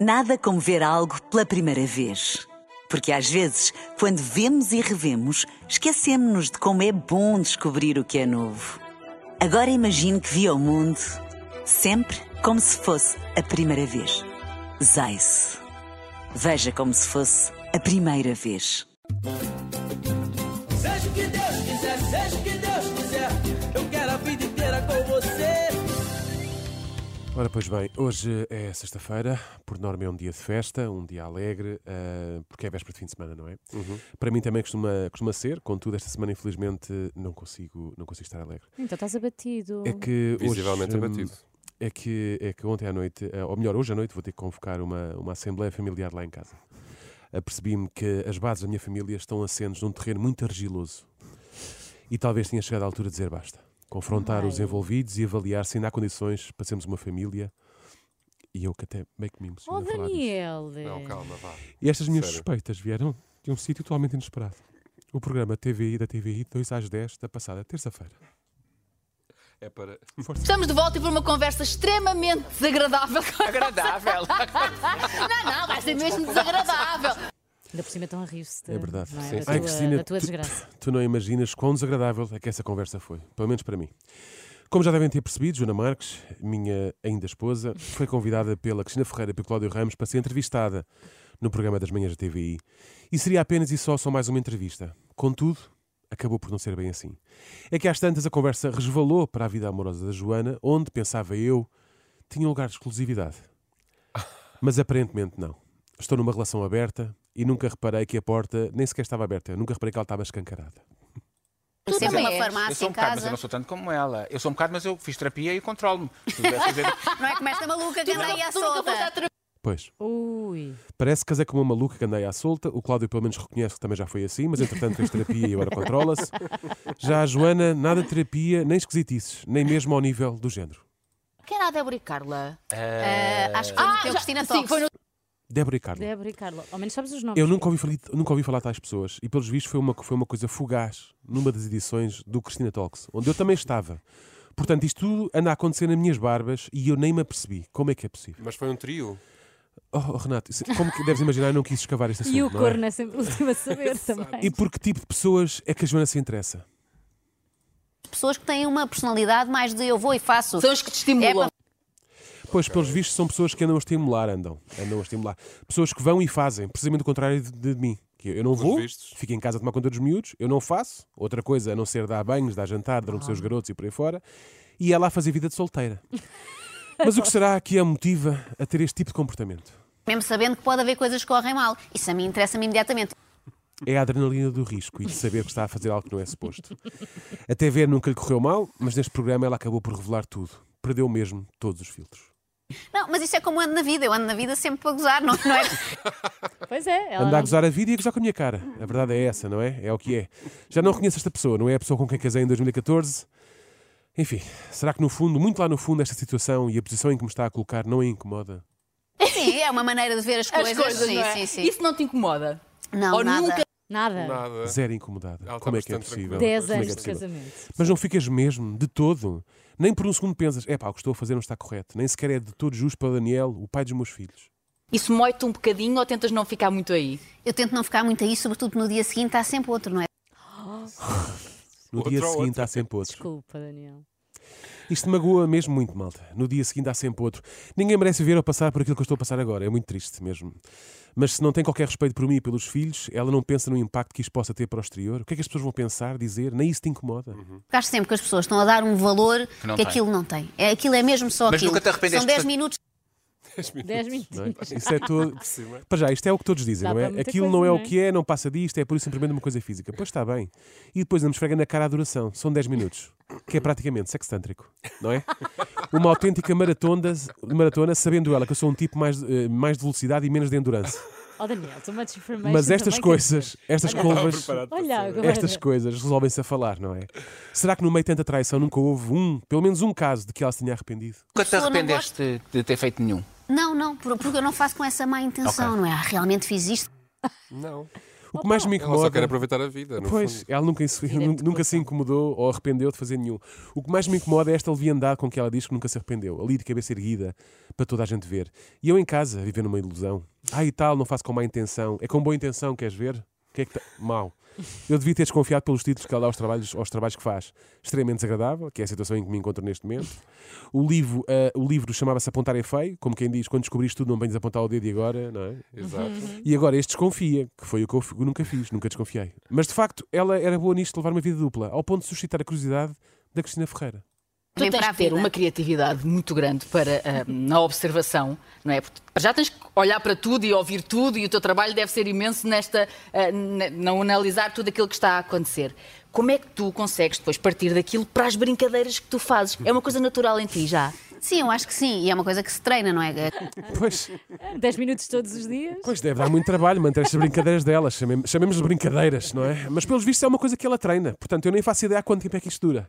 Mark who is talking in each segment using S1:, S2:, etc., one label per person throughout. S1: Nada como ver algo pela primeira vez. Porque às vezes, quando vemos e revemos, esquecemos-nos de como é bom descobrir o que é novo. Agora imagine que viu o mundo sempre como se fosse a primeira vez. Zais. Veja como se fosse a primeira vez.
S2: Seja o que Deus quiser, seja o que Deus quiser, eu quero a vida inteira com você.
S3: Ora, pois bem, hoje é sexta-feira, por norma é um dia de festa, um dia alegre, ah, porque é véspera de fim de semana, não é? Para mim também costuma, costuma ser, contudo, esta semana infelizmente não consigo, não consigo estar alegre.
S4: Então estás abatido.
S3: É que
S5: Visivelmente
S3: hoje, hum,
S5: abatido.
S3: É que, é que ontem à noite, ah, ou melhor, hoje à noite, vou ter que convocar uma, uma assembleia familiar lá em casa. Apercebi-me que as bases da minha família estão assentes num terreno muito argiloso. E talvez tenha chegado a altura de dizer basta. Confrontar os
S4: Ai.
S3: envolvidos e avaliar se ainda há condições para sermos uma família. E eu que até meio que me emociono
S4: Oh,
S3: a falar disto.
S4: Daniel!
S5: Não, calma, vá.
S3: E estas minhas
S5: Sério?
S3: suspeitas vieram de um sítio totalmente inesperado. O programa TVI da TVI 2 às 10 da passada terça-feira.
S5: É para.
S6: Estamos de volta e por uma conversa extremamente desagradável.
S7: Agradável.
S6: Não, não, vai ser mesmo desagradável.
S4: Ainda por cima estão a rir-se. da-
S3: É verdade.
S4: não é?
S3: Sim,
S4: Da,
S3: sim.
S4: tua,
S3: Ai, Cristina,
S4: da tua
S3: tu-
S4: desgraça.
S3: Tu não imaginas quão desagradável é que essa conversa foi, pelo menos para mim. Como já devem ter percebido, Joana Marques, minha ainda esposa, foi convidada pela Cristina Ferreira e pelo Cláudio Ramos para ser entrevistada no programa das manhãs da TVI. E seria apenas e só, só mais uma entrevista. Contudo, acabou por não ser bem assim. É que às tantas a conversa resvalou para a vida amorosa da Joana, onde, pensava eu, tinha um lugar de exclusividade. Mas aparentemente não. Estou numa relação aberta e nunca reparei que a porta nem sequer estava aberta. Eu nunca reparei que ela estava escancarada.
S6: Tu tens
S7: também
S6: uma
S7: és.
S8: Assim,
S7: Eu
S6: farmácia
S7: sou
S6: em
S7: um bocado, mas eu
S6: casa.
S7: não sou tanto como ela. Eu sou um bocado, mas eu fiz terapia e controlo-me. Se tu desse dizer-
S6: Não é como esta maluca que anda aí à
S7: tu nunca foste à
S6: solta.
S3: Pois.
S4: Ui.
S3: Parece que casei com uma maluca que andei à solta. O Cláudio, pelo menos, reconhece que também já foi assim, mas entretanto fez terapia e agora controla-se. Já a Joana, nada de terapia, nem esquisitices, nem mesmo ao nível do género.
S6: Quem era a Débora e Carla?
S7: Eh,
S6: Ah, acho que foi no teu
S7: já-
S6: Cristina
S7: sim,
S6: Tox.
S7: foi no-
S3: Débora e Carla.
S4: Débora e Carla, ao menos sabes os nomes.
S3: Eu nunca ouvi, falar, nunca ouvi falar de tais pessoas e, pelos vistos, foi uma, foi uma coisa fugaz numa das edições do Cristina Talks, onde eu também estava. Portanto, isto tudo anda a acontecer nas minhas barbas e eu nem me apercebi. Como é que é possível?
S5: Mas foi um trio.
S3: Oh, oh, Renato, isso- como que deves imaginar, eu não quis escavar este assunto.
S4: E o
S3: não é?
S4: corno é sempre o último a saber também.
S3: E por que tipo de pessoas é que a Joana se interessa?
S6: Pessoas que têm uma personalidade mais de eu vou e faço. É
S7: São os que te estimulam.
S3: Pois, pelos vistos, são pessoas que andam a estimular, andam. Andam a estimular. Pessoas que vão e fazem, precisamente o contrário de, de mim. Que eu não vou,
S5: vistos.
S3: fico em casa a tomar conta dos miúdos, eu não faço. Outra coisa a não ser dar banhos, dar jantar, dar um dos
S6: Ah.
S3: seus garotos e por aí fora. E ela a fazer vida de solteira. Mas o que será que a motiva a ter este tipo de comportamento?
S6: Mesmo sabendo que pode haver coisas que correm mal. Isso a mim interessa-me imediatamente.
S3: É a adrenalina do risco e de saber que está a fazer algo que não é suposto. A TV nunca lhe correu mal, mas neste programa ela acabou por revelar tudo. Perdeu mesmo todos os filtros.
S6: Não, mas isso é como eu ando na vida. Eu ando na vida sempre para gozar, não, não é?
S4: Pois é, ela
S3: Andar a
S4: não-
S3: gozar a vida e a gozar com a minha cara. A verdade é essa, não é? É o que é. Já não reconheço esta pessoa, não é a pessoa com quem casei em 2014. Enfim, será que no fundo, muito lá no fundo, esta situação e a posição em que me está a colocar não a incomoda?
S6: Sim, é uma maneira de ver as
S7: As
S6: coisas.
S7: coisas,
S6: sim,
S7: não é?
S6: sim, sim.
S7: Isso não te incomoda?
S6: Não,
S7: Ou
S6: nada.
S7: nunca-
S4: nada.
S5: Nada.
S3: Zero incomodada.
S5: Ela está
S3: Como é que é
S5: bastante
S3: possível?
S5: tranquila.
S4: Dez
S3: Como é que é
S4: anos de
S3: possível?
S4: casamento.
S3: Mas não ficas mesmo, de todo. Nem por um segundo pensas, é pá, o que estou a fazer não está correto. Nem sequer é de todo justo para o Daniel, o pai dos meus filhos.
S7: Isso moe-te um bocadinho ou tentas não ficar muito aí?
S6: Eu tento não ficar muito aí, sobretudo no dia seguinte há sempre outro, não é?
S3: No
S5: Outro
S3: dia
S5: ou
S3: seguinte
S5: outra.
S3: há sempre outros.
S4: Desculpa, Daniel.
S3: Isto magoa mesmo muito, malta. No dia seguinte há sempre outro. Ninguém merece ver ou passar por aquilo que eu estou a passar agora. É muito triste mesmo. Mas se não tem qualquer respeito por mim e pelos filhos, ela não pensa no impacto que isto possa ter para o exterior. O que é que as pessoas vão pensar, dizer? Nem isso te
S5: Uhum.
S3: incomoda.
S6: Porque acho sempre que as pessoas estão a dar um valor que,
S7: não tem.
S6: aquilo não tem. É, aquilo é mesmo só
S7: Mas
S6: aquilo.
S7: nunca te arrependeste de
S6: São 10
S7: fazer-
S6: minutos.
S4: Dez
S3: não
S4: minutos.
S3: é? Isso é todo.
S5: cima.
S3: Para já, isto é o que todos dizem,
S4: Dá
S3: não é?
S4: para muita
S3: Aquilo
S4: coisa,
S3: não é
S4: não
S3: o
S4: é?
S3: que é, não passa disto, é por isso simplesmente uma coisa física. Pois está bem. E depois não me esfrega na cara a duração. São 10 minutos. Que é praticamente sexo tântrico, não é? Uma autêntica maratona, maratona sabendo ela que eu sou um tipo mais, eh, mais de velocidade e menos de endurance.
S4: Oh, Daniel, too much information.
S3: Mas estas
S4: também,
S3: coisas, estas
S4: Olha.
S3: curvas,
S4: quer dizer. Olha agora.
S3: estas coisas resolvem-se a falar, não é? Será que no meio de tanta traição nunca houve um, pelo menos um caso de que ela se tenha arrependido?
S7: Nunca te
S6: Pessoa não
S7: arrependeste de ter feito nenhum?
S6: Não, não, por- porque eu não faço com essa má intenção,
S7: Ok.
S6: não é? Ah, realmente fiz isto.
S5: Não.
S3: O que mais me
S5: Ela só quer
S3: incomoda.
S5: aproveitar a vida, no
S3: Pois,
S5: fundo.
S3: ela nunca, se-
S4: Direito
S3: nunca
S4: contra.
S3: se incomodou ou arrependeu de fazer nenhum. O que mais me incomoda é esta leviandade com que ela diz que nunca se arrependeu, ali de cabeça erguida, para toda a gente ver. E eu em casa, a viver numa ilusão. Ah, e tal, não faço com má intenção. É com boa intenção, queres ver? O que é que tá... Mal. Eu devia ter desconfiado pelos títulos que ela dá aos trabalhos, aos trabalhos que faz. Extremamente desagradável, que é a situação em que me encontro neste momento. O livro, ah, o livro chamava-se Apontar é Feio, como quem diz, quando descobriste tudo, não venhas apontar o dedo e agora, não é?
S5: Exato.
S3: E agora este desconfia, que foi o que eu fi- nunca fiz, nunca desconfiei. Mas de facto, ela era boa nisto de levar uma vida dupla, ao ponto de suscitar a curiosidade da Cristina Ferreira.
S8: Tu
S6: Vem
S8: tens
S6: para a
S8: que ter
S6: vida.
S8: uma criatividade muito grande para ah, na observação, não é? Porque já tens que olhar para tudo e ouvir tudo e o teu trabalho deve ser imenso nesta ah, na- não analisar tudo aquilo que está a acontecer. Como é que tu consegues depois partir daquilo para as brincadeiras que tu fazes? É uma coisa natural em ti já.
S6: Sim, eu acho que sim. E é uma coisa que se treina, não é?
S3: Pois,
S4: 10 minutos todos os dias.
S3: pois deve dar muito trabalho manter estas brincadeiras delas, chamem- chamemos de brincadeiras, não é? Mas pelos vistos é uma coisa que ela treina, portanto eu nem faço ideia há quanto tempo é que isto dura.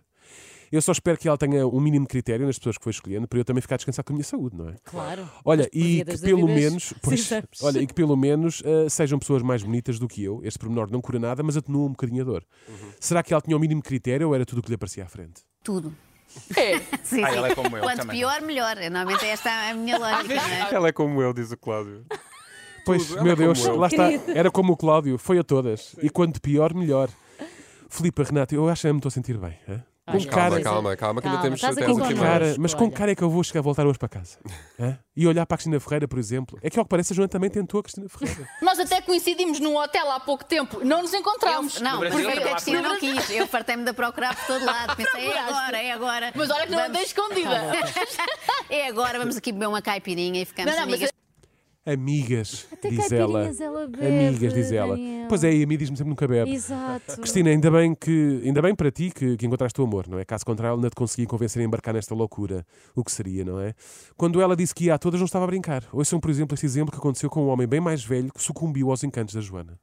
S3: Eu só espero que ela tenha um mínimo de critério nas pessoas que foi escolhendo, para eu também ficar descansado com a minha saúde, não é?
S4: Claro.
S3: Olha, e que
S4: perdidas
S3: pelo
S4: dúvidas,
S3: menos, pois,
S4: precisamos.
S3: olha, e que pelo menos ah, sejam pessoas mais bonitas do que eu. Este pormenor não cura nada, mas atenua um bocadinho a dor.
S5: Uhum.
S3: Será que ela tinha o mínimo critério ou era tudo o que lhe aparecia à frente?
S6: Tudo.
S8: É.
S6: Sim,
S7: Ah,
S6: sim.
S7: ela é como eu
S6: Quanto
S7: também.
S6: pior, melhor. Normalmente esta é a minha lógica, não é?
S5: Ela é como eu, diz o Cláudio.
S3: Pois,
S5: Ela
S3: meu
S5: é como
S3: Deus,
S5: eu.
S3: lá está. Era como o Cláudio, foi a todas. E quanto pior, melhor. Filipe, Renato, eu acho que me estou a sentir bem. hã?
S4: Ai,
S3: Com
S4: Jesus.
S3: cara, é-
S5: Calma, calma, calma, que ainda
S4: Calma,
S5: temos
S4: estás
S5: até
S4: aqui
S5: às
S3: com
S4: com
S5: últimas.
S4: nós.
S3: cara, mas com
S4: Olha.
S3: cara é que eu vou chegar a voltar hoje para casa. hã? E olhar para a Cristina Ferreira, por exemplo. É que ao que parece a Joana também tentou a Cristina Ferreira.
S8: Nós até coincidimos num hotel há pouco tempo, não nos encontramos.
S6: Eu- não,
S7: No
S6: porque
S7: Brasil
S6: é a
S7: não há
S6: Cristina não quis. Eu fartei-me de procurar por todo lado. Pensei, é agora, é agora.
S8: Mas olha que não
S6: Vamos-
S8: andei escondida.
S6: É agora, vamos aqui beber uma caipirinha e ficamos
S8: Não, não, mas
S6: amigas.
S3: Amigas, diz ela.
S4: caipirinhas ela bebe,
S3: Amigas, diz ela.
S4: Daniel.
S3: Pois é, e a mim diz-me sempre nunca bebe.
S4: Exato.
S3: Cristina, ainda bem, que, ainda bem para ti que, que encontraste o amor, não é? Caso contrário, ela não te conseguia convencer a embarcar nesta loucura. O que seria, não é? Quando ela disse que ia a todas, não estava a brincar. Ouçam, por exemplo, este exemplo que aconteceu com um homem bem mais velho que sucumbiu aos encantos da Joana.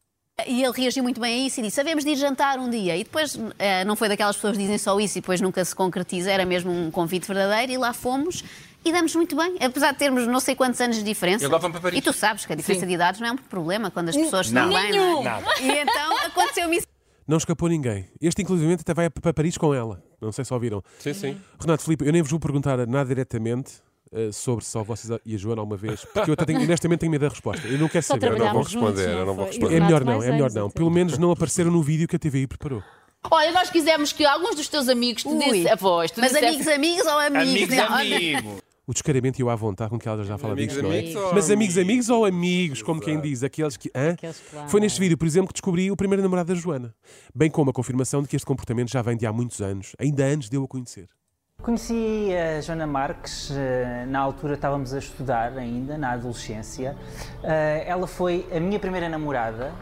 S6: E ele reagiu muito bem a isso e disse: Sabemos de ir jantar um dia. E depois eh, não foi daquelas pessoas que dizem só isso e depois nunca se concretiza, era mesmo um convite verdadeiro. E lá fomos e damos muito bem, apesar de termos não sei quantos anos de diferença.
S7: E agora vão para Paris.
S6: E tu sabes que a diferença de idades não é um problema quando as pessoas estão
S8: Tá
S7: Não.
S6: bem. Não é? E então aconteceu-me isso.
S3: Não escapou ninguém. Este, inclusive, até vai para Paris com ela. Não sei se ouviram.
S5: Sim, sim.
S3: Renato Filipe, eu nem vos vou perguntar nada diretamente eh, sobre só vocês e a Joana alguma vez, porque eu até tenho, honestamente tenho medo da resposta. Eu não quero
S4: Só
S3: saber.
S5: não vou
S4: trabalhámos juntos.
S5: responder, eu não vou
S4: foi?
S5: responder.
S3: É
S4: Exato,
S3: melhor não,
S4: mais
S3: é melhor
S4: anos
S3: não.
S4: até.
S3: Pelo menos não apareceram no vídeo que a TVI preparou.
S8: Olha, nós quisemos que alguns dos teus amigos te dissessem a voz. Tu
S6: Mas
S8: dissesse-
S6: amigos, amigos né? ou amigos?
S7: Amigos,
S6: Não,
S7: amigo.
S3: O descaramento e o à vontade com que ela já fala
S5: Amigos,
S3: disso, não é?
S5: amigos ou
S3: Mas amigos, amigos ou amigos, como quem diz, aqueles que. hã?
S4: Aqueles que lá-
S3: Foi neste vídeo, por exemplo, que descobri o primeiro namorado da Joana, bem como a confirmação de que este comportamento já vem de há muitos anos, ainda antes de eu a conhecer.
S9: Conheci a Joana Marques, eh, na altura estávamos a estudar ainda, na adolescência. Eh, Ela foi a minha primeira namorada.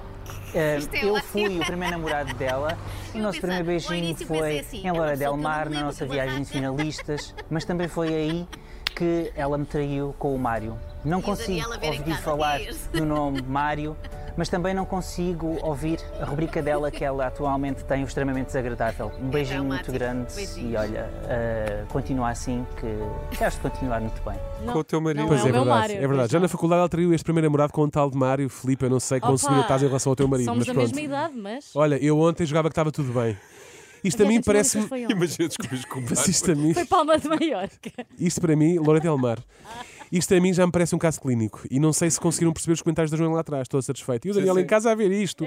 S9: Eh,
S6: Isto é
S9: eu
S6: ótimo.
S9: fui o primeiro namorado dela. O
S6: Eu
S9: nosso
S6: pensava,
S9: primeiro
S6: ao
S9: beijinho
S6: início pensei
S9: foi
S6: assim, é
S9: em
S6: uma
S9: Loura
S6: pessoa
S9: del
S6: que eu não
S9: Mar,
S6: me
S9: na
S6: lembro
S9: nossa
S6: do
S9: viagem de
S6: barraco.
S9: finalistas, mas também foi aí que ela me traiu com o Mário. Não consigo
S6: Daniela ver em
S9: ouvir
S6: casa
S9: falar
S6: dias.
S9: do nome Mário, mas também não consigo ouvir a rubrica dela que ela atualmente tem, o extremamente desagradável. Um beijinho muito
S6: traumático.
S9: grande
S6: Beijinhos.
S9: e olha, eh, continua assim que que has de continuar muito bem.
S4: Não,
S5: Com o teu marido.
S4: não
S3: Pois é,
S4: é, o meu
S3: verdade,
S4: Mário.
S3: é verdade. Já na faculdade ela traiu este primeiro namorado com um tal de Mário. Filipe, eu não sei como
S4: Opa,
S3: segura estás em relação ao teu marido, mas
S4: Somos da
S3: pronto.
S4: mesma idade, mas.
S3: Olha, eu ontem jogava que estava tudo bem. Isto a mim
S4: Aliás, a tua única
S3: parece-me.
S4: foi ontem.
S5: Imagina, descobris como.
S3: Mas isto a mim.
S4: Foi Palma de Maiorca.
S3: Isto para mim, Loura Del Mar. Isto a mim já me parece um caso clínico. E não sei se conseguiram perceber os comentários da Joana lá atrás. Estou satisfeito. E o Daniel em casa a ver isto.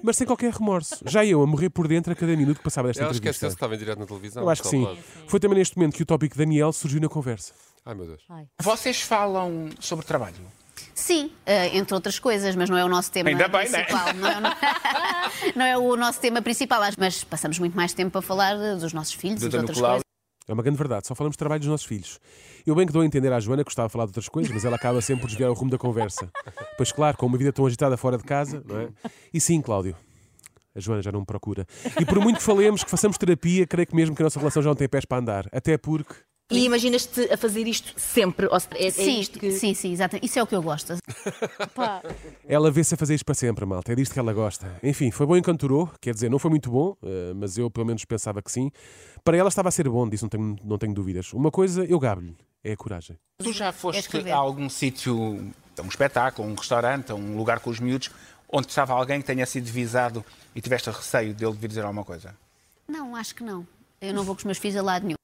S3: Mas sem qualquer remorso. Já eu a morrer por dentro a cada minuto que passava desta
S5: Ela
S3: entrevista.
S5: esqueceu se estava em direto na televisão.
S3: Eu acho que
S5: só
S3: sim.
S5: pode.
S3: Foi também neste momento que o tópico Daniel surgiu na conversa.
S5: Ai, meu Deus.
S7: Vocês falam sobre trabalho.
S6: Sim, eh, entre outras coisas, mas não é o nosso tema
S7: Ainda bem, né?
S6: principal. Não, é o no- não é o nosso tema principal, mas passamos muito mais tempo a falar eh, dos nossos filhos e de
S7: Doutor
S6: outras
S7: Nicolau.
S6: coisas.
S3: É uma grande verdade, só falamos de trabalho dos nossos filhos. Eu bem que dou a entender à Joana que gostava de falar de outras coisas, mas ela acaba sempre por desviar o rumo da conversa. Pois claro, com uma vida tão agitada fora de casa, não é? E sim, Cláudio, a Joana já não me procura. E por muito que falemos, que façamos terapia, creio que mesmo que a nossa relação já não tem pés para andar. Até porque...
S8: E imaginas-te a fazer isto sempre? Ou se- é, é
S6: Sim,
S8: isto que...
S6: sim, sim, exatamente. Isso é o que eu gosto.
S4: Pá,
S3: Ela vê-se a fazer isto para sempre, malta. É disto que ela gosta. Enfim, foi bom enquanto durou. Quer dizer, não foi muito bom, eh, mas eu pelo menos pensava que sim. Para ela estava a ser bom, disso não tenho, não tenho dúvidas. Uma coisa eu gabo-lhe, é a coragem.
S7: Tu já
S6: Queres que eu
S7: foste
S6: veja?
S7: a algum sítio, a um espetáculo, a um restaurante, a um lugar com os miúdos, onde estava alguém que tenha sido visado e tiveste receio dele vir dizer alguma coisa?
S6: Não, acho que não. Eu não vou com os meus filhos a lado nenhum.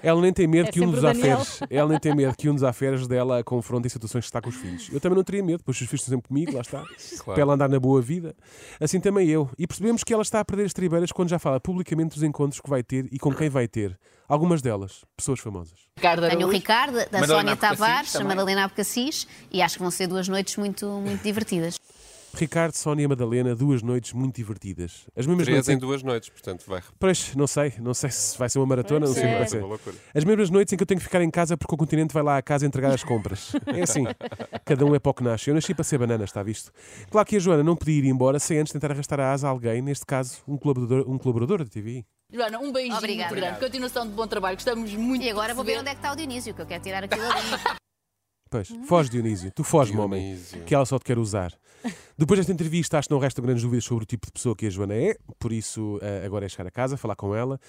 S3: Ela nem tem medo
S4: É
S3: que um dos
S4: sempre o Daniel.
S3: aferes, ela nem tem medo que um dos aferes dela a confronte em situações que está com os filhos. Eu também não teria medo, pois os filhos estão sempre comigo, lá está, para ela andar na boa vida. Assim também eu. E percebemos que ela está a perder as tribeiras quando já fala publicamente dos encontros que vai ter e com quem vai ter. Algumas delas, pessoas famosas.
S8: Ricardo
S6: Tenho o
S8: Araújo.
S6: Ricardo, da
S7: Madalena
S6: Sónia
S7: Abacassis
S6: Tavares, a
S7: também.
S6: Madalena Abacassis e acho que vão ser duas noites muito, muito divertidas.
S3: Ricardo, Sónia e Madalena, duas noites muito divertidas. As mesmas
S5: Três
S3: noites.
S5: em
S3: Em...
S5: duas noites, portanto, vai repetir.
S3: Pois, não sei, não sei se vai ser uma maratona, não sei o
S4: é.
S3: que vai
S5: Sim,
S3: ser.
S5: uma loucura.
S3: As mesmas noites em que eu tenho que ficar em casa porque o continente vai lá à casa entregar as compras. É assim. Cada um é para o que nasce. Eu nasci para ser banana, está visto? Claro que a Joana não podia ir embora sem antes tentar arrastar a asa a alguém, neste caso, um colaborador, um colaborador da TV.
S8: Joana, um beijinho
S6: Obrigada.
S8: muito grande. Continuação de bom trabalho. Gostamos muito
S6: E agora
S8: de
S6: vou ver onde é que está o Dionísio, que eu quero tirar aquilo ali.
S3: Pois, foge Dionísio. Tu foge, homem,
S5: Dionísio.
S3: que ela só te quer usar. Depois desta entrevista, acho que não restam grandes dúvidas sobre o tipo de pessoa que a Joana é. Por isso, eh, agora é chegar a casa, falar com ela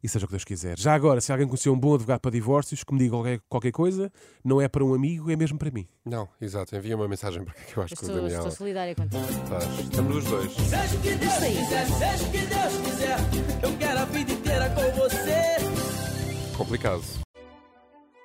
S3: e seja o que Deus quiser. Já agora, se alguém conhecer um bom advogado para divórcios, que me diga qualquer- qualquer coisa, não é para um amigo, é mesmo para mim.
S5: Não, exato. Envia uma mensagem para cá que eu acho que o
S4: Estou,
S5: Daniel
S4: estou solidária contigo.
S5: estás. Estamos os dois.
S2: Seja o que Deus quiser, seja o que Deus quiser, eu quero a vida inteira com você.
S5: Complicado.